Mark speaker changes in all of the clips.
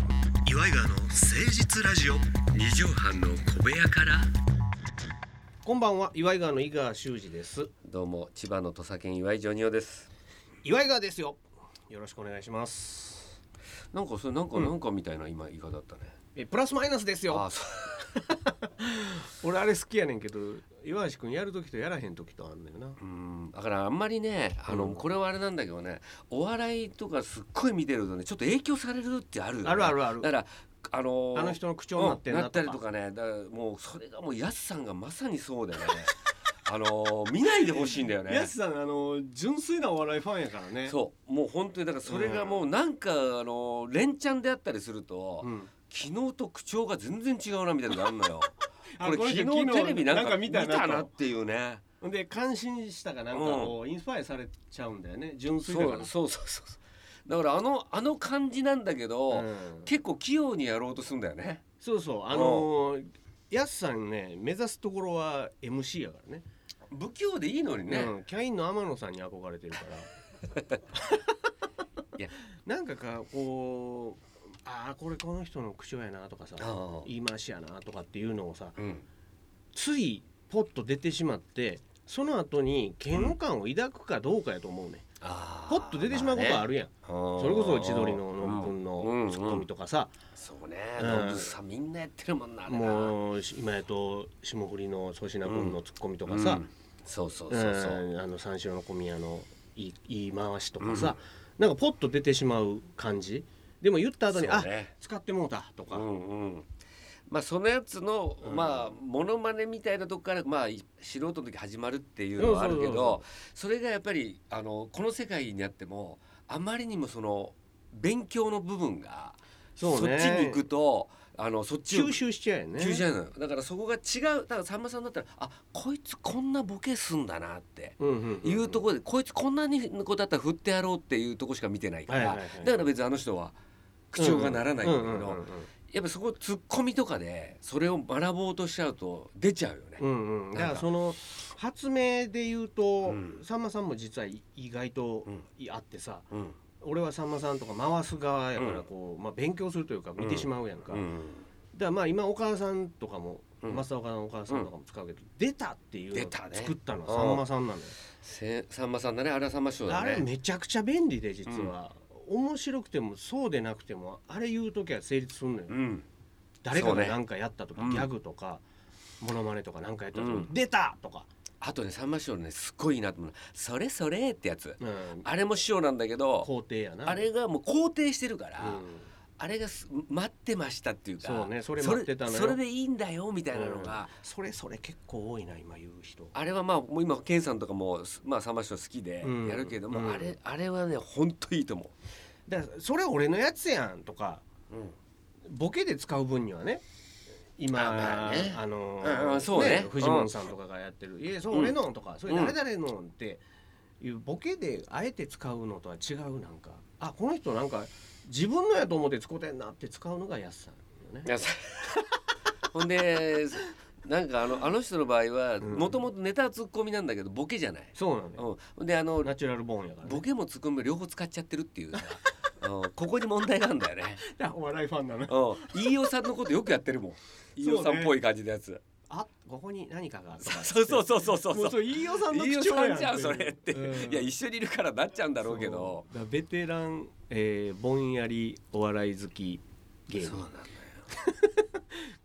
Speaker 1: イガーの誠実ラジオ
Speaker 2: 二畳半の小部屋から
Speaker 3: こんばんは、岩井川の井川修司です。
Speaker 2: どうも千葉の土佐県岩井ジョニオです
Speaker 3: 岩井川ですよ。よろしくお願いします。
Speaker 2: なんかそれなんかなんかみたいな今言い方だったね、
Speaker 3: え、プラスマイナスです
Speaker 2: あ
Speaker 3: よ
Speaker 2: あ。そう
Speaker 3: 俺あれ好きやねんけど、岩橋くんやる時とやらへん時とあんのよな。
Speaker 2: うんだからあんまりねあの、
Speaker 3: うん
Speaker 2: これはあれなんだけどねお笑いとかすっごい見てるとねちょっと影響されるってあるよ、ね、
Speaker 3: あるあるある
Speaker 2: だからあのー
Speaker 3: あの人の口調になってん
Speaker 2: うん
Speaker 3: な
Speaker 2: なっ
Speaker 3: と
Speaker 2: た
Speaker 3: か。
Speaker 2: りとかねだからもうそれがもうやすさんがまさにそうだよね あのー見ないでほしいんだよね
Speaker 3: やすさん、あの、純粋なお笑いファンやからね。
Speaker 2: そうもう本当にだからそれがもうなんか、あの連チャンであったりすると、
Speaker 3: うん。
Speaker 2: 昨日と口調が全然違うなみたいなのがあるのよ
Speaker 3: あ
Speaker 2: これ
Speaker 3: この人
Speaker 2: 昨日テレビなんか見
Speaker 3: 見
Speaker 2: た
Speaker 3: たなと
Speaker 2: なっていうね
Speaker 3: ほんで、感心したかなんか、こうインスパイアされちゃうんだよね。純粋
Speaker 2: そ
Speaker 3: だ
Speaker 2: う
Speaker 3: から。
Speaker 2: そうそうそうだからあのあの感じなんだけど、
Speaker 3: うん
Speaker 2: 結構器用にやろうとするんだよね
Speaker 3: そうそう、あのー。やすさんね、目指すところは MC やからね。
Speaker 2: 不器用でいいのにね、
Speaker 3: うん、キャインの天野さんに憧れてるから
Speaker 2: いや
Speaker 3: なんかかこうああこれこの人の口調やなとかさ
Speaker 2: ああ
Speaker 3: 言い回しやなとかっていうのをさ
Speaker 2: うん
Speaker 3: ついポッと出てしまってその後に嫌悪感を抱くかどうかやと思うね、
Speaker 2: あ
Speaker 3: ポッと出てしまうことはあ
Speaker 2: る、
Speaker 3: るやん、
Speaker 2: そ
Speaker 3: それこそ千鳥ののんくんのツッコミ
Speaker 2: と、
Speaker 3: とかさ、
Speaker 2: そうね
Speaker 3: うん
Speaker 2: ノブさんみんなやってるもんなあれな
Speaker 3: もう今やと霜降りの粗品君のツッコミとかさ、
Speaker 2: うんそうそうそうそう、
Speaker 3: うんあの三四郎の小宮の言い言い回しとかさ、なんかポッと出てしまう感じでも言った後に「
Speaker 2: そう
Speaker 3: あ
Speaker 2: ね
Speaker 3: 使ってもうた」とか、
Speaker 2: うんうんまあそのやつの、
Speaker 3: うん
Speaker 2: まあモノマネみたいなとこからまあい素人の時始まるっていうのはある
Speaker 3: そ
Speaker 2: け
Speaker 3: うそうそう
Speaker 2: どそれがやっぱりあのこの世界にあってもあまりにもその勉強の部分が
Speaker 3: そうね
Speaker 2: っちに行くとあのそっちを
Speaker 3: 吸収しちゃうよね
Speaker 2: 吸収じゃないのよだからそこが違うだからさんまさんだったらあこいつこんなボケすんだなって
Speaker 3: うんうんうん
Speaker 2: いうところで、こいつこんなにの子だったら振ってやろうっていうとこしか見てないから、
Speaker 3: はいはいはい
Speaker 2: だから別にあの人は口調がならないんだけど、やっぱそこツッコミとかでそれを学ぼうとしちゃうと出ちゃうよね。
Speaker 3: うんうんうんだからその発明で言うと、
Speaker 2: うん
Speaker 3: さんまさんも実は意外と
Speaker 2: うん
Speaker 3: あってさ
Speaker 2: うん
Speaker 3: 俺はさんまさんとか回す側やか
Speaker 2: うん
Speaker 3: らこう、まあ、勉強するというか見てしまうやんか、
Speaker 2: う
Speaker 3: だか
Speaker 2: ん
Speaker 3: らまあ今お母さんとかも、
Speaker 2: うん
Speaker 3: 増田岡田のお母さんとかも使うけど、出たっていうの
Speaker 2: 出
Speaker 3: を
Speaker 2: たね
Speaker 3: 作ったのはさんまさんなのよ。
Speaker 2: せさんまさんだねあれはさんま師匠だ
Speaker 3: あれ
Speaker 2: ね。
Speaker 3: めちゃくちゃ便利で実は、面白くてもそうでなくてもあれ言う時は成立すんのよ、
Speaker 2: うん
Speaker 3: 誰か
Speaker 2: そう
Speaker 3: が
Speaker 2: ね
Speaker 3: 何かやったとか、
Speaker 2: うん
Speaker 3: ギャグとかモノマネとか何かやったとか、
Speaker 2: うん
Speaker 3: 出たとか、
Speaker 2: あとねさんま師匠のねすっごいいいなと思うのはそれそれ」ってやつ
Speaker 3: うん、
Speaker 2: あれも師匠なんだけど
Speaker 3: 肯定やな
Speaker 2: あれがもう肯定してるから、
Speaker 3: うん
Speaker 2: あれがす待ってましたっていうか
Speaker 3: そうねそれ待ってたのよ
Speaker 2: それそれでいいんだよみたいなの
Speaker 3: うん
Speaker 2: が、
Speaker 3: それそれ結構多いな今言う人
Speaker 2: あれはまあもう今健さんとかも、まあ、さんま師匠好きで
Speaker 3: うん
Speaker 2: やるけども、
Speaker 3: うん
Speaker 2: あれあれはねほんといいと思
Speaker 3: だからそれ俺のやつやんとか
Speaker 2: う。うん
Speaker 3: ボケで使う分にはね今
Speaker 2: あま
Speaker 3: あ
Speaker 2: あね
Speaker 3: の
Speaker 2: うんうんそうね
Speaker 3: フジモンさんとかがやってる「いやそう俺の」とか「それ
Speaker 2: うん
Speaker 3: 誰々の」っていうボケであえて使うのとは違うなんかあこの人なんか自分のやと思って使うてんなって使うのがやすさんよね。
Speaker 2: いやさ ほんでなんかあのあの人の場合は
Speaker 3: ん
Speaker 2: もともとネタツッコミなんだけどボケじゃない、
Speaker 3: そうなんだよ
Speaker 2: うん、ほんであの
Speaker 3: ナチュラルボーンやから、ね、
Speaker 2: ボケもツッコミも両方使っちゃってるっていうさうんここに問題があるんだよね、
Speaker 3: だ お笑いファンなの
Speaker 2: うん、飯尾さんのことよくやってるもん飯尾さんっぽい感じのやつ、
Speaker 3: あここに何かがあるとか
Speaker 2: そうそうそうそうそう
Speaker 3: もう
Speaker 2: そ
Speaker 3: そうれ飯尾さんの
Speaker 2: 飯尾
Speaker 3: 口調や
Speaker 2: さ
Speaker 3: ん
Speaker 2: んじゃんそれって、
Speaker 3: うん
Speaker 2: いや一緒にいるからなっちゃうんだろうけど
Speaker 3: そうだからベテラン、えーぼんやりお笑い好き芸人
Speaker 2: んだ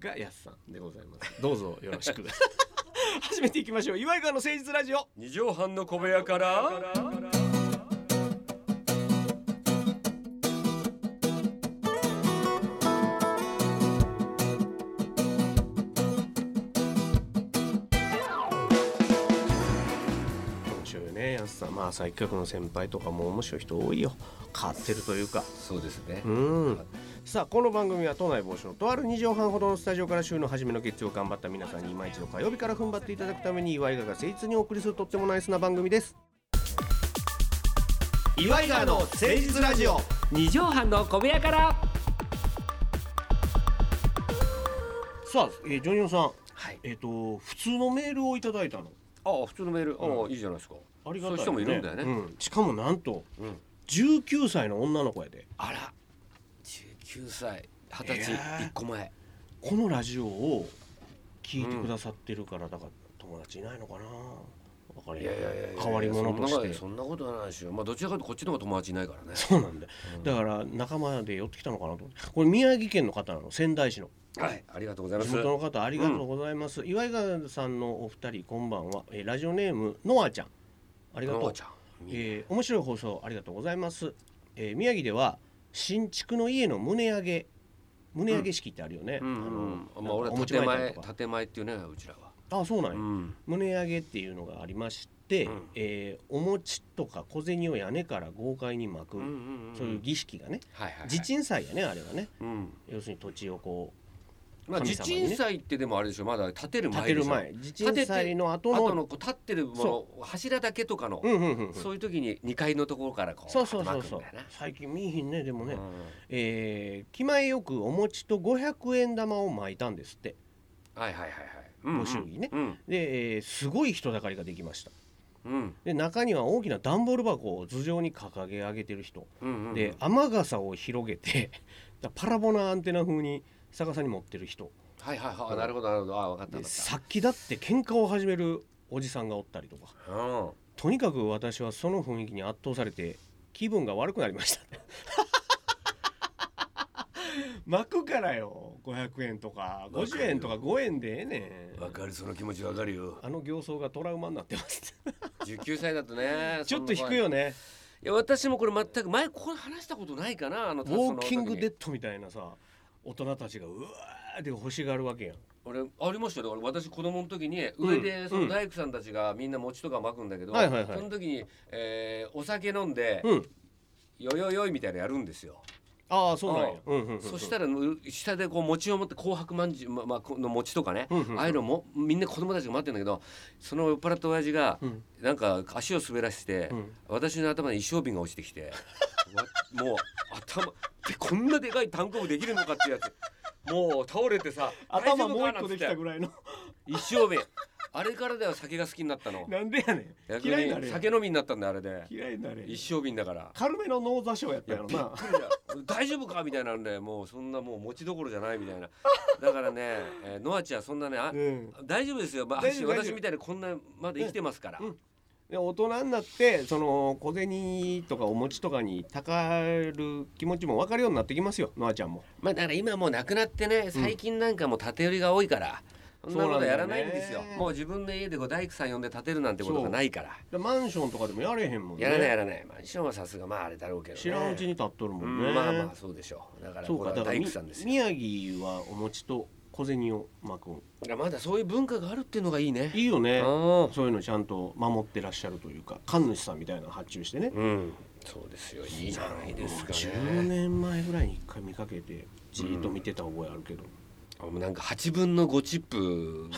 Speaker 3: がやすさんでございますどうぞよろしく 始めていきましょう岩井川の誠実ラジオ
Speaker 2: 二畳半の小部屋から
Speaker 3: 面白いねやすさんまあ作曲の先輩とかも面白い人多いよ変わってるというか
Speaker 2: そうですね、
Speaker 3: うんさあこの番組は都内某所のとある2畳半ほどのスタジオから週の初めの月曜頑張った皆さんに今一度火曜日から踏ん張っていただくために岩井川が誠実にお送りするとってもナイスな番組です岩井川の誠実ラジオ
Speaker 2: 二畳半の小部屋から
Speaker 3: さあ、えージョニオさん
Speaker 2: はい
Speaker 3: えっ、と普通のメールをいただいたの
Speaker 2: ああ普通のメール、ああいいじゃないですか
Speaker 3: ありがたい、ね、
Speaker 2: そういう人もいるんだよね、
Speaker 3: うんしかもなんと
Speaker 2: うん
Speaker 3: 19歳の女の子やで
Speaker 2: あら19歳二十歳
Speaker 3: えー
Speaker 2: 一個前
Speaker 3: このラジオを聞いてくださってるから、だから友達いないのかなわかりや変わり者として
Speaker 2: そんなことはないですよまあどちらかというとこっちの方が友達いないからね
Speaker 3: そうなんだよ、だから仲間で寄ってきたのかなと思ってこれ宮城県の方なの仙台市の
Speaker 2: はいありがとうございま
Speaker 3: 地
Speaker 2: す
Speaker 3: 元の方ありがとうございます、岩井川さんのお二人こんばんは、えーラジオネームのあちゃんありがと
Speaker 2: のあ
Speaker 3: う
Speaker 2: ちゃん
Speaker 3: えー面白い放送ありがとうございます、えー宮城では新築の家の胸上げ胸上げ式ってあるよね、
Speaker 2: うん
Speaker 3: あの
Speaker 2: う
Speaker 3: な
Speaker 2: ん
Speaker 3: ん
Speaker 2: まあ
Speaker 3: か
Speaker 2: 俺
Speaker 3: お
Speaker 2: は
Speaker 3: 持ち帰
Speaker 2: 建
Speaker 3: りと
Speaker 2: 前
Speaker 3: か
Speaker 2: 建前っていうねうちらは
Speaker 3: あそうなん
Speaker 2: う
Speaker 3: や、
Speaker 2: ん
Speaker 3: 胸上げっていうのがありまして、
Speaker 2: うん
Speaker 3: えーお餅とか小銭を屋根から豪快に巻く、
Speaker 2: うんうんん
Speaker 3: そういう儀式がね
Speaker 2: はいはいはい
Speaker 3: 地鎮祭やねあれはね
Speaker 2: うん
Speaker 3: 要するに土地をこ
Speaker 2: まあ
Speaker 3: 神
Speaker 2: 地
Speaker 3: 様にね
Speaker 2: 鎮祭ってでもあれでしょまだ建てる
Speaker 3: う
Speaker 2: 前
Speaker 3: 建て
Speaker 2: で
Speaker 3: る
Speaker 2: しょ
Speaker 3: 前地鎮祭の後の
Speaker 2: あとのこう立ってるもの柱だけとかの
Speaker 3: うんうんうんうん
Speaker 2: そういう時に2階のところからこう
Speaker 3: そうそうそう
Speaker 2: 巻く
Speaker 3: そ
Speaker 2: ん
Speaker 3: う
Speaker 2: だよな
Speaker 3: 最近見えひんねでもね、
Speaker 2: うん
Speaker 3: えー気前よくお餅と500円玉を巻いたんですって
Speaker 2: はいはいはいはいうんうん
Speaker 3: ご祝儀ね
Speaker 2: うん
Speaker 3: で、えーすごい人だかりができました
Speaker 2: うん
Speaker 3: で中には大きな段ボール箱を頭上に掲げ上げてる人、
Speaker 2: うんうん
Speaker 3: で雨傘を広げて だパラボナアンテナ風に逆さに持ってる人
Speaker 2: はいはいはいあなるほどなるほどあ分かった
Speaker 3: で
Speaker 2: 分か
Speaker 3: さっきだって喧嘩を始めるおじさんがおったりとか
Speaker 2: ったうん
Speaker 3: とにかく私はその雰囲気に圧倒されて気分が悪くなりました 巻くからよ500円とか50円とか5円でええねん
Speaker 2: わかるその気持ちわかるよ
Speaker 3: あの形相がトラウマになってます
Speaker 2: 19歳だと ね
Speaker 3: ちょっと引
Speaker 2: そんな
Speaker 3: くよね
Speaker 2: いや私もこれ全く前ここで話したことないかなあの
Speaker 3: ウォーキング
Speaker 2: で
Speaker 3: デッドみたいなさ大人たちがうわーって欲しがるわけやん
Speaker 2: 俺ありましたよだから私子供の時に
Speaker 3: うん
Speaker 2: 上でそ
Speaker 3: うん
Speaker 2: の大工さんたちがみんな餅とか巻くんだけど、
Speaker 3: はいはいはい
Speaker 2: その時に、えーお酒飲んで、
Speaker 3: うん
Speaker 2: よよよいみたいなのやるんですよ、
Speaker 3: ああそうなんや
Speaker 2: ああ
Speaker 3: うんうんうんうん
Speaker 2: そしたらの下でこう餅を持って紅白まんじゅう、ままあ、この餅とかね、
Speaker 3: うんうんうん
Speaker 2: ああいうのもみんな子供たちが待ってるんだけどその酔っ払った親父が、
Speaker 3: うん
Speaker 2: なんか足を滑らせて、
Speaker 3: うん
Speaker 2: 私の頭に衣装瓶が落ちてきて わもう頭でこんなでかい単行部できるのかってやつもう倒れてさ
Speaker 3: 頭
Speaker 2: 大丈夫
Speaker 3: もう
Speaker 2: か
Speaker 3: 一個でき
Speaker 2: な
Speaker 3: た
Speaker 2: んつって
Speaker 3: ぐらいの
Speaker 2: 一生瓶あれからでは酒が好きになったの
Speaker 3: なんでやねん
Speaker 2: 逆
Speaker 3: 嫌いになれ
Speaker 2: に
Speaker 3: や
Speaker 2: 酒飲みになったんだよあれで
Speaker 3: 嫌いになれや
Speaker 2: 一生瓶だから
Speaker 3: 軽めの脳座症やっ
Speaker 2: い
Speaker 3: た
Speaker 2: や
Speaker 3: や
Speaker 2: び
Speaker 3: ろ
Speaker 2: っくりだ
Speaker 3: な
Speaker 2: よ大丈夫かみたいなんでもうそんなもう持ちどころじゃないみたいなだからね、えーノアちゃんそんなねあ
Speaker 3: うん
Speaker 2: 大丈夫ですよ、まあ、
Speaker 3: 大丈
Speaker 2: 私
Speaker 3: 夫大丈夫
Speaker 2: みたいにこんなまで生きてますから、
Speaker 3: うんで大人になってその小銭とかお餅とかにたかる気持ちも分かるようになってきますよのあちゃんも
Speaker 2: まあだから今もうなくなってね最近なんかもう建て売りが多いから、そんなことやらないんで
Speaker 3: そう
Speaker 2: すよ
Speaker 3: なんだよね
Speaker 2: もう自分の家でこう大工さん呼んで建てるなんてことがないから、
Speaker 3: でマンションとかでもやれへんもんね
Speaker 2: やらないやらないマンションはさすがまああれだろうけど、ね、
Speaker 3: 知らんうちに立っとるも
Speaker 2: うん
Speaker 3: ね、
Speaker 2: んまあまあそうでしょうだから
Speaker 3: そ
Speaker 2: こ
Speaker 3: うか
Speaker 2: れは
Speaker 3: だから
Speaker 2: 大
Speaker 3: み
Speaker 2: 工さんですよ
Speaker 3: 宮城はお餅と小銭を巻くん
Speaker 2: だからまだそういう文化があるっていうのがいいね
Speaker 3: いいよね
Speaker 2: うん
Speaker 3: そういうのちゃんと守ってらっしゃるというか神主さんみたいなの発注してね
Speaker 2: うんそうですよいいじゃないですか
Speaker 3: 10
Speaker 2: ね
Speaker 3: 年前ぐらいに一回見かけてじーっと見てた覚えあるけど、
Speaker 2: あもうなんか8分の5チップ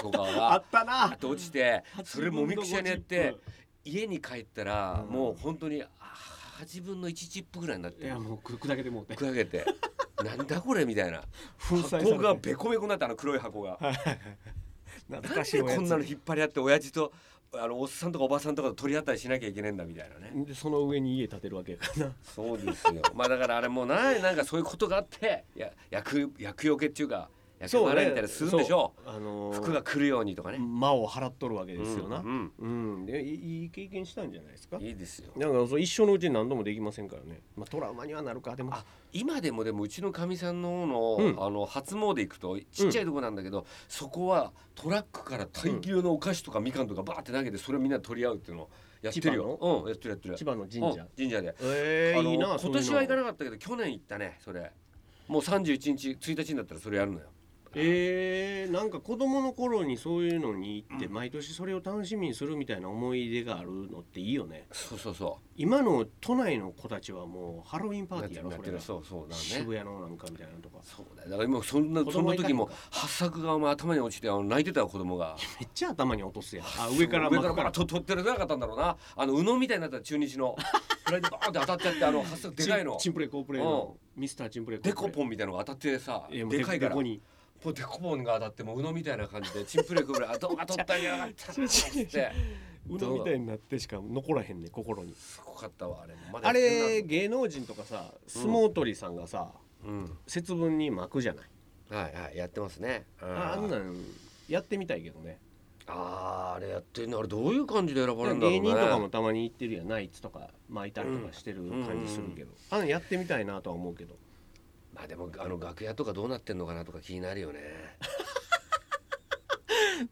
Speaker 2: とか
Speaker 3: あ
Speaker 2: が
Speaker 3: ったな
Speaker 2: あと落ちてそれもみくちゃにやって家に帰ったら
Speaker 3: うん
Speaker 2: もう本当にあ8分の1チップぐらいになって
Speaker 3: いやもうく砕けてもうて
Speaker 2: く上げて なんだこれみたいな
Speaker 3: 粉砕されて
Speaker 2: 箱がベコベコになったあの黒い箱が
Speaker 3: 懐
Speaker 2: なん
Speaker 3: かしい
Speaker 2: で
Speaker 3: おやつ
Speaker 2: こんなの引っ張り合って親父とあのおっさんとかおばさんとかと取り合ったりしなきゃいけないんだみたいなね
Speaker 3: でその上に家建てるわけやからな
Speaker 2: そうですよまあだからあれもうななんかそういうことがあってや薬薬よけっていうか 薬
Speaker 3: そうね
Speaker 2: 払いみたいなのするんでしょ
Speaker 3: そうあの
Speaker 2: う
Speaker 3: ー
Speaker 2: 服が来るようにとかね
Speaker 3: 魔を払っとるわけですよな
Speaker 2: うんうん
Speaker 3: うん、でいいい経験したんじゃないですか
Speaker 2: いいですよ
Speaker 3: だからそう一生のうちに何度もできませんからね、まあ、トラウマにはなるかでも
Speaker 2: あ今でもでもうちのかみさんの方の,、
Speaker 3: うん
Speaker 2: あの初詣行くとちっちゃいとこなんだけど、そこはトラックから大量のお菓子とかみかんとかバーって投げてそれをみんな取り合うっていうのをやってるよ
Speaker 3: 千。
Speaker 2: うんやってるやってる。
Speaker 3: 千葉の神社
Speaker 2: うん神社で。
Speaker 3: え
Speaker 2: あ
Speaker 3: ー、
Speaker 2: の
Speaker 3: いいな
Speaker 2: 今年は行かな
Speaker 3: かっ
Speaker 2: かったけど去年行ったねそれ。もう三十一日一日になったらそれやるのよ。
Speaker 3: たえー、なんか子供の頃にそういうのに行って毎年それを楽しみにするみたいな思い出があるのっていいよね
Speaker 2: そうそうそ
Speaker 3: 今の都内の子たちはもうハロウィン
Speaker 2: う。
Speaker 3: パーティーやろ
Speaker 2: なっ
Speaker 3: そ
Speaker 2: て
Speaker 3: れ
Speaker 2: る
Speaker 3: が
Speaker 2: そうそうだね。
Speaker 3: 渋谷のなんかみたいなとか
Speaker 2: そうだよだから今そんな
Speaker 3: 子
Speaker 2: そ
Speaker 3: 供は行か
Speaker 2: の時
Speaker 3: ないの
Speaker 2: も
Speaker 3: か
Speaker 2: 発作がお前頭に落ちてあの泣いてたよ子供が。
Speaker 3: めっちゃ頭に落とすやんあ 上から
Speaker 2: 上
Speaker 3: 真
Speaker 2: か
Speaker 3: っ赤
Speaker 2: らバーッと取ってられなかったんだろうなあの宇野みたいになった中日のフライでバーンって当たっちゃってあ の発作でかいの
Speaker 3: チンプレー好プレーのミスターチンプレー好プレ
Speaker 2: デ
Speaker 3: ー
Speaker 2: コポンみたいのが当たってさ
Speaker 3: いやもう
Speaker 2: でかいから
Speaker 3: デコに
Speaker 2: もうデコポンが当たってもう宇野みたいな感じでチンプレークブレーあどうか取ったんやがったなっつ って
Speaker 3: うどんみたいになってしか残らへんね心に
Speaker 2: すごかったわあれもまだ
Speaker 3: あ
Speaker 2: やってんな
Speaker 3: れ芸能人とかさ相撲取りさんがさ、
Speaker 2: うん
Speaker 3: 節分に巻くじゃない
Speaker 2: はいはいやってますね
Speaker 3: ああん
Speaker 2: あ
Speaker 3: なんやってみたいけどね
Speaker 2: あーあれやってんのあれどういう感じで選ばれるんだろうね
Speaker 3: 芸人とかもたまに行ってるやんナイツとか巻いたりとかしてる
Speaker 2: うん
Speaker 3: 感じするけど、あんなんやってみたいなとは思うけど
Speaker 2: まあでもあの楽屋とかどうなってんのかなとか気にな るよね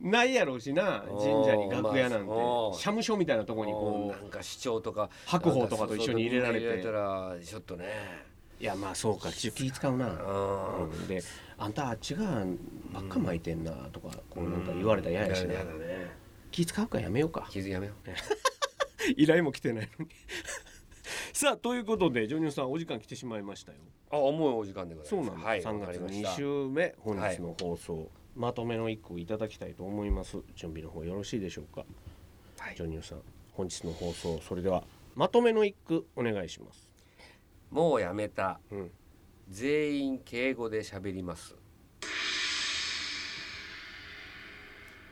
Speaker 3: ないやろうしな
Speaker 2: お
Speaker 3: 神
Speaker 2: ー
Speaker 3: 社に楽屋なんて、
Speaker 2: まあおー
Speaker 3: 社務所みたいなとこに
Speaker 2: お
Speaker 3: こ
Speaker 2: な
Speaker 3: うん
Speaker 2: か市長とか
Speaker 3: 白鵬とかと一緒に入れられて
Speaker 2: なんかそうそう入れられたらちょっとね
Speaker 3: いやまあそう か気使う
Speaker 2: う
Speaker 3: な、う
Speaker 2: ん
Speaker 3: んであんたあっちがばっか巻いてんなとか、こうなんか言われたら嫌やしな、
Speaker 2: やだね
Speaker 3: 気使うからやめようか
Speaker 2: 気づやめよう
Speaker 3: 依頼も来てないのに さあということでジョニオさんお時間来てしまいましたよ
Speaker 2: あもうお時間でござい
Speaker 3: そう
Speaker 2: ます
Speaker 3: なんです、
Speaker 2: はい
Speaker 3: 3
Speaker 2: わか
Speaker 3: 月
Speaker 2: りまし
Speaker 3: 2
Speaker 2: た
Speaker 3: 週目本日の放送、まとめの一個いただきたいと思います準備の方よろしいでしょうか、
Speaker 2: はい
Speaker 3: ジョニオさん本日の放送それではまとめの一句お願いします
Speaker 2: もうやめた
Speaker 3: うん
Speaker 2: 全員敬語で喋ります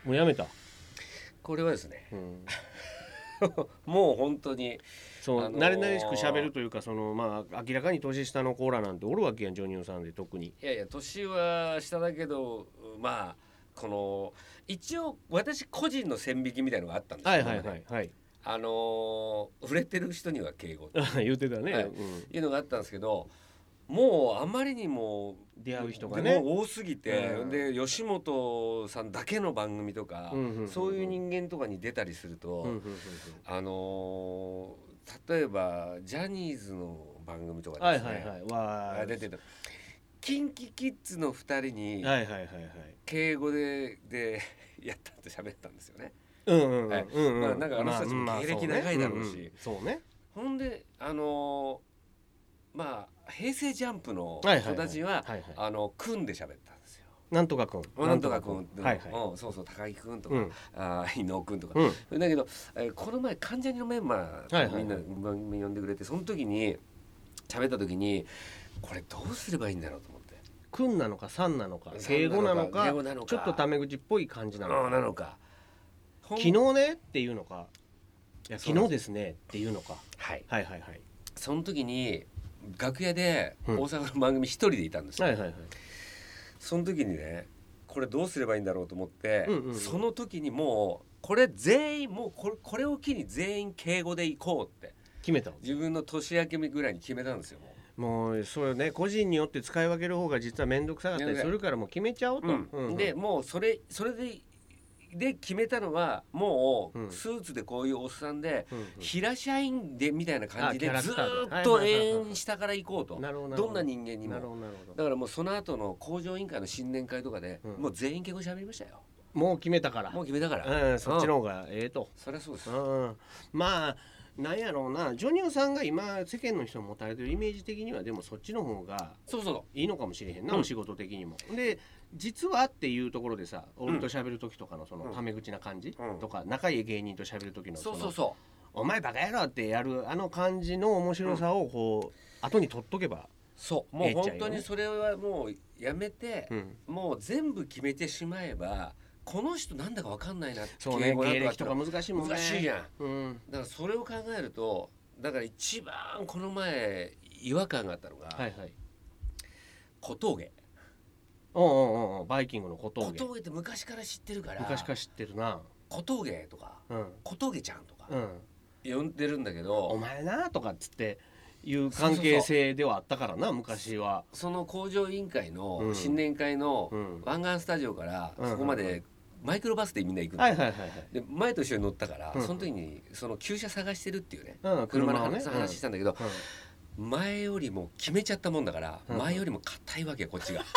Speaker 3: もうやめた、
Speaker 2: これはですね
Speaker 3: うん、
Speaker 2: もう本当に
Speaker 3: そう、
Speaker 2: あのー
Speaker 3: 慣れ慣れしく喋るというかそのまあ明らかに年下のコーラなんておるわけやんジョニオさんで特に
Speaker 2: いやいや年は下だけどまあこの一応私個人の線引きみたいのがあったんです
Speaker 3: は
Speaker 2: け
Speaker 3: い
Speaker 2: ど、
Speaker 3: はいはいはい
Speaker 2: あのー触れてる人には敬語っ
Speaker 3: あ 言ってたね、
Speaker 2: はい
Speaker 3: うん、
Speaker 2: ていうのがあったんですけどもうあまりにも
Speaker 3: 出会う人がね
Speaker 2: もう多すぎて、
Speaker 3: うん
Speaker 2: で吉本さんだけの番組とか、
Speaker 3: うんうんうんうん
Speaker 2: そういう人間とかに出たりすると、
Speaker 3: うんうんうん
Speaker 2: あのー例えばジャニーズの番組と
Speaker 3: うん
Speaker 2: か
Speaker 3: はい
Speaker 2: ですね、
Speaker 3: はいはいわー
Speaker 2: あ出てたキンキキッズの2人に
Speaker 3: はいはいはいはい
Speaker 2: 敬語ででやったって喋ったんですよね。
Speaker 3: うんうんうん
Speaker 2: はい
Speaker 3: うん
Speaker 2: ま
Speaker 3: う
Speaker 2: あ
Speaker 3: ん
Speaker 2: なんかあの人たちも
Speaker 3: まあまあ
Speaker 2: 経歴長いだろうし
Speaker 3: そうね
Speaker 2: ほんであのーまあ平成ジャンプの
Speaker 3: うんうんはいはい
Speaker 2: 子たちは
Speaker 3: はいはい
Speaker 2: あの組んで喋ったんですよ。
Speaker 3: なんとかくん
Speaker 2: なんとか君
Speaker 3: なんとかくんはいはい
Speaker 2: うん、そうそう高木君とか、
Speaker 3: うん
Speaker 2: あー伊野尾君とか、
Speaker 3: うん
Speaker 2: だけど、えーこの前関ジャニのメンバ
Speaker 3: はい
Speaker 2: ー
Speaker 3: はい
Speaker 2: みんな番組呼んでくれてその時に喋った時にこれどうすればいいんだろうと思って
Speaker 3: くんなのかさんなのか敬語なのか
Speaker 2: 敬語なのか
Speaker 3: ちょっとタメ口っぽい感じなの
Speaker 2: うん
Speaker 3: か
Speaker 2: なのか
Speaker 3: 昨
Speaker 2: 昨
Speaker 3: 日ねっていうのかいや
Speaker 2: そう
Speaker 3: 昨
Speaker 2: なん
Speaker 3: 日ですねっていうのか
Speaker 2: はい
Speaker 3: はいはいはい
Speaker 2: その時に楽屋で
Speaker 3: うん
Speaker 2: 大阪の番組一人でいたんですよ、
Speaker 3: はいはいはい
Speaker 2: その時にねこれどうすればいいんだろうと思って、
Speaker 3: うんうんうん
Speaker 2: その時にもうこれ全員もうこれこれを機に全員敬語で行こうって
Speaker 3: 決めたわ
Speaker 2: 自分の年明けぐらいに決めたんですよ
Speaker 3: も
Speaker 2: もう
Speaker 3: うそれね個人によって使い分ける方が実は面倒くさかったりするからもう決めちゃおうと、うんうん
Speaker 2: でもうそれそれでで決めたのはも
Speaker 3: う
Speaker 2: うんスーツでこういうおっさんで、
Speaker 3: うんうん
Speaker 2: 平社員でみたいな感じで
Speaker 3: あキャラ
Speaker 2: ず
Speaker 3: クターで
Speaker 2: ーっ
Speaker 3: は
Speaker 2: と
Speaker 3: いはいはいはい
Speaker 2: 永遠下から行こうと
Speaker 3: なるほどるほ
Speaker 2: どんな人間に
Speaker 3: なる
Speaker 2: も
Speaker 3: ほどなるほど
Speaker 2: だからもうその後の工場委員会の新年会とかで、
Speaker 3: うん
Speaker 2: もう全員結構喋りましたよ
Speaker 3: もう決めたから
Speaker 2: もう決めたから、
Speaker 3: うん、そっちの方がええと
Speaker 2: そりゃそうです、
Speaker 3: うん、まあなんやろうなジョニオさんが今世間の人に持たれてるイメージ的にはでもそっちの方が
Speaker 2: そうそう
Speaker 3: いいのかもしれへんな、
Speaker 2: うん
Speaker 3: お仕事的にも。で実はっていうところでさ俺と喋る時とかのその
Speaker 2: うん
Speaker 3: タメ口な感じ、
Speaker 2: うん
Speaker 3: とか仲いい芸人と喋る時の
Speaker 2: そう
Speaker 3: の
Speaker 2: そうそ
Speaker 3: お前バカ野郎」ってやるあの感じの面白さをこう、後に取っとけば、
Speaker 2: うそうもう
Speaker 3: ええっちゃ
Speaker 2: 本
Speaker 3: んよね
Speaker 2: 当にそれはもうやめて、
Speaker 3: うん
Speaker 2: もう全部決めてしまえばこの人なんだかわかんないなって
Speaker 3: そうね
Speaker 2: 敬語なん
Speaker 3: 芸
Speaker 2: か
Speaker 3: 歴とか難しいもんね。
Speaker 2: 難しいやん
Speaker 3: うん
Speaker 2: だからそれを考えるとだから一番この前違和感があったのが、
Speaker 3: はいはい、
Speaker 2: 小峠
Speaker 3: うんうんうんうんバイキングの小
Speaker 2: 小
Speaker 3: 峠
Speaker 2: 峠って昔から知ってるから
Speaker 3: 昔から知ってるな。
Speaker 2: 小峠とか
Speaker 3: うん
Speaker 2: 小峠ちゃんとか
Speaker 3: うん
Speaker 2: 呼んでるんだけ
Speaker 3: お
Speaker 2: ど、
Speaker 3: 前なとかっつっていう関係性ではあったからな昔は。
Speaker 2: その工場委員会
Speaker 3: う
Speaker 2: の
Speaker 3: ん
Speaker 2: 新年会の
Speaker 3: うん
Speaker 2: 湾岸スタジオから
Speaker 3: うん
Speaker 2: そこまでマイクロバスでみんな行くの、
Speaker 3: はいはいはいはい。
Speaker 2: で前と一緒に乗ったから、
Speaker 3: うん
Speaker 2: その時にその旧車探してるっていうね
Speaker 3: うん、
Speaker 2: 車の
Speaker 3: を
Speaker 2: 話,、話したんだけど
Speaker 3: うん
Speaker 2: 前よりも決めちゃったもんだから、
Speaker 3: うん
Speaker 2: 前よりも硬いわけよこっちが。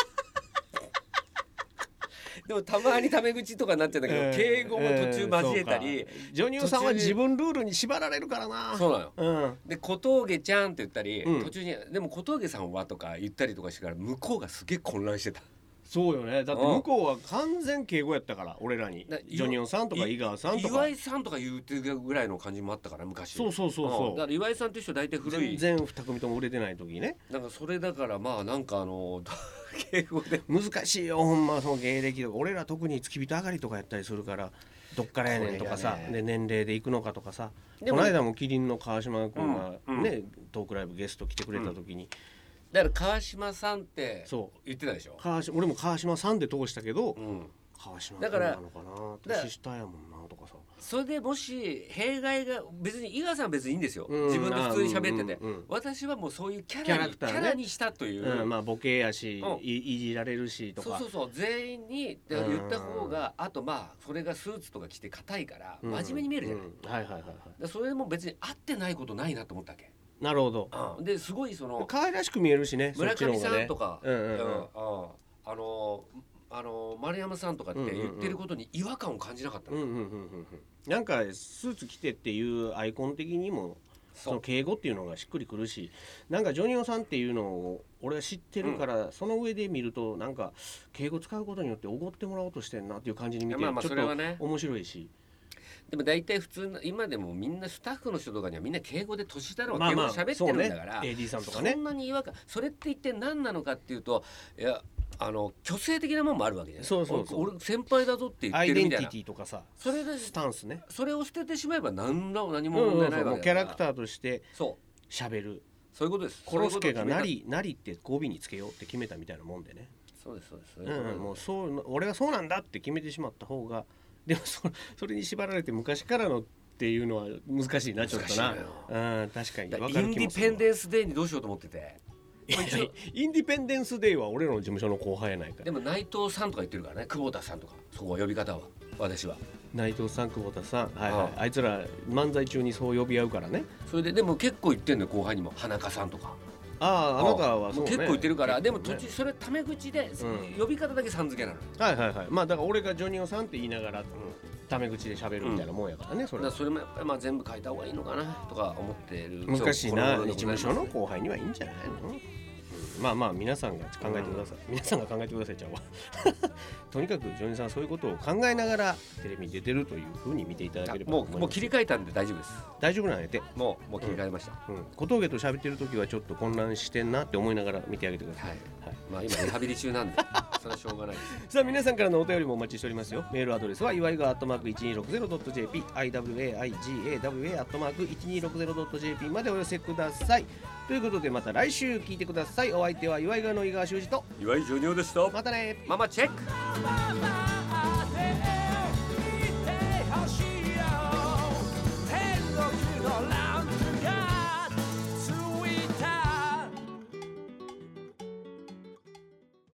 Speaker 2: でもたまにタメ口とかになっちゃうんだけど、
Speaker 3: えー
Speaker 2: 敬語も途中交えたり、
Speaker 3: えーそうかジョニオさんは自分ルールに縛られるからな。
Speaker 2: そうなのよ。
Speaker 3: うん。
Speaker 2: で小峠ちゃんって言ったり、
Speaker 3: うん
Speaker 2: 途中に「でも小峠さんは?」とか言ったりとかしてから向こうがすげえ混乱してた
Speaker 3: そうよね。だって
Speaker 2: うん
Speaker 3: 向こうは完全敬語やったから俺らに
Speaker 2: だ
Speaker 3: ジョニオさんとか
Speaker 2: い
Speaker 3: 井川さんとか
Speaker 2: 岩。井さんとか言うてるぐらいの感じもあったから昔
Speaker 3: そうそうそう
Speaker 2: うん
Speaker 3: そ
Speaker 2: だ
Speaker 3: う
Speaker 2: か。ら岩井さんと一緒大体古
Speaker 3: 全
Speaker 2: い
Speaker 3: 然二組とも売れてない時ね。
Speaker 2: なんかそれだからまあなんか あの敬語で
Speaker 3: 難しいよほんまその芸歴とか俺ら特に付き人上がりとかやったりするからどっからやねんとかさ
Speaker 2: こ、れがね
Speaker 3: で年齢で行くのかとかさ
Speaker 2: で
Speaker 3: こ
Speaker 2: も
Speaker 3: の間も麒麟の川島君がね、
Speaker 2: うんう
Speaker 3: トークライブゲスト来てくれた時に、
Speaker 2: だから川島さんって
Speaker 3: そう
Speaker 2: 言ってたでしょ
Speaker 3: 川島俺も川島さんで通したけど、
Speaker 2: うん
Speaker 3: 川島
Speaker 2: だから
Speaker 3: 君なのか
Speaker 2: だ
Speaker 3: な
Speaker 2: から
Speaker 3: 年下やもんなとかさ
Speaker 2: それでもし弊害が別に井川さんは別にいいんですよ、
Speaker 3: うん
Speaker 2: 自分で普通に喋ってて、
Speaker 3: うんうんうん
Speaker 2: 私はもうそういうキャラに
Speaker 3: キ
Speaker 2: キ
Speaker 3: ャラ
Speaker 2: ャラ,、
Speaker 3: クターね
Speaker 2: にしたという、
Speaker 3: うん、まあボケやし、
Speaker 2: うん
Speaker 3: いいじられるしと
Speaker 2: そう
Speaker 3: か
Speaker 2: そうそう全員にだから言った方があとまあそれがスーツとか着て硬いから
Speaker 3: うん
Speaker 2: 真面目に見えるじゃない、
Speaker 3: うんはいはいはいはい
Speaker 2: だからそれも別に合ってないことないなと思ったわけ、
Speaker 3: なるほど
Speaker 2: うん、ですごいその
Speaker 3: 可愛らしく見えるしね
Speaker 2: 村
Speaker 3: そ
Speaker 2: 上
Speaker 3: っちの
Speaker 2: さ
Speaker 3: 方が
Speaker 2: ん
Speaker 3: ね
Speaker 2: とか、
Speaker 3: うんうんうん
Speaker 2: うんあのあの丸山さんとかって
Speaker 3: うんうんうん
Speaker 2: 言ってることに違和感を感じなかったの、
Speaker 3: うんうんうんうんうんなんかスーツ着てっていうアイコン的にもそ
Speaker 2: そ
Speaker 3: の
Speaker 2: う
Speaker 3: 敬語っていうのがしっくりくるしなんかジョニオさんっていうのを俺は知ってるから、その上で見るとなんか敬語使うことによっておごってもらおうとしてんなっていう感じに見て
Speaker 2: いやまあまあ
Speaker 3: ちょ
Speaker 2: そ
Speaker 3: っ
Speaker 2: れは
Speaker 3: と
Speaker 2: ね
Speaker 3: 面白いし、
Speaker 2: でも大体普通の今でもみんなスタッフの人とかにはみんな敬語で年下の
Speaker 3: ま
Speaker 2: は
Speaker 3: あ
Speaker 2: 敬語
Speaker 3: ま
Speaker 2: で
Speaker 3: あ
Speaker 2: 喋ってるんだから、
Speaker 3: そうね AD さんとかね
Speaker 2: そんなに違和感それって一体何なのかっていうといやあの虚勢的なもんもあるわけじゃない
Speaker 3: そうそうそう
Speaker 2: 俺俺先輩だぞって言っ
Speaker 3: アイ
Speaker 2: て
Speaker 3: デ
Speaker 2: る
Speaker 3: ン
Speaker 2: み
Speaker 3: テ
Speaker 2: た
Speaker 3: ィ
Speaker 2: いな
Speaker 3: ティとかさ
Speaker 2: それで
Speaker 3: スタンスね
Speaker 2: それを捨ててしまえば何ら何
Speaker 3: うん
Speaker 2: も問
Speaker 3: う
Speaker 2: 題
Speaker 3: ん
Speaker 2: な
Speaker 3: そ
Speaker 2: いうわ
Speaker 3: も
Speaker 2: け
Speaker 3: うキャ
Speaker 2: だから
Speaker 3: ラクターとして
Speaker 2: そう
Speaker 3: 喋る
Speaker 2: そういうことです
Speaker 3: コロスケがな
Speaker 2: そういう
Speaker 3: りなりって語尾につけようって決めたみたいなもんでね、
Speaker 2: ことを決めたそうですそう
Speaker 3: う
Speaker 2: です、
Speaker 3: んうん、もうそう俺がそうなんだって決めてしまった方が でもそそれに縛られて昔からのっていうのは難しいなちょっとなう
Speaker 2: 難しい、
Speaker 3: ん、確かに
Speaker 2: だから
Speaker 3: 分
Speaker 2: イ
Speaker 3: かる
Speaker 2: ン
Speaker 3: 気
Speaker 2: デ
Speaker 3: も
Speaker 2: ィ
Speaker 3: す
Speaker 2: ペ
Speaker 3: る
Speaker 2: ンデンス・デーにどうしようと思ってて
Speaker 3: いやいやインディペンデンス・デイは俺らの事務所の後輩やないから
Speaker 2: でも内藤さんとか言ってるからね久保田さんとかそこは呼び方は私は
Speaker 3: 内藤さん久保田さん、はいはい
Speaker 2: あ
Speaker 3: あいつら漫才中にそう呼び合うからね
Speaker 2: それででも結構言ってんのよ後輩にも花香さんとか
Speaker 3: あああなたは
Speaker 2: も
Speaker 3: そう、ね、
Speaker 2: 結構言ってるから、でも
Speaker 3: 結
Speaker 2: 途
Speaker 3: 構ね
Speaker 2: 中それタメ口で、
Speaker 3: うん
Speaker 2: 呼び方だけさん付けなのよ
Speaker 3: はいはいはいまあだから俺がジョニオさんって言いながらタメ口で喋るみたいなもんやからねそ
Speaker 2: だ
Speaker 3: れは
Speaker 2: からそれもやっぱりまあ全部変えた方がいいのかなとか思ってる
Speaker 3: 難しいな
Speaker 2: 今
Speaker 3: 事
Speaker 2: 日こ
Speaker 3: 務
Speaker 2: の頃でございます
Speaker 3: 所の後輩にはいいんじゃないの、うんまあまあ皆さんが考えてください、皆さんが考えてくださいちゃうわ とにかくジョニオさんはそういうことを考えながらテレビに出てるというふうに見ていただければと
Speaker 2: あも
Speaker 3: 思いうます
Speaker 2: もう切り替えたんで大丈夫です
Speaker 3: 大丈夫なんやて、
Speaker 2: もうもう切り替えました、
Speaker 3: うん、小峠と喋ってる時はちょっと混乱してんなって思いながら見てあげてください、
Speaker 2: はい
Speaker 3: はい
Speaker 2: まあ今リハビリ 中なんでそれはしょうがないです
Speaker 3: さあ皆さんからのお便りもお待ちしておりますよメールアドレスは祝いがアットマーク 1260.jp iwaigawa アットマーク 1260.jp までお寄せくださいということでまた来週聞いてくださいお相手は祝いがの井川修司と
Speaker 2: 岩井ジョニオでした
Speaker 3: またね
Speaker 2: ママチェック
Speaker 4: Bye.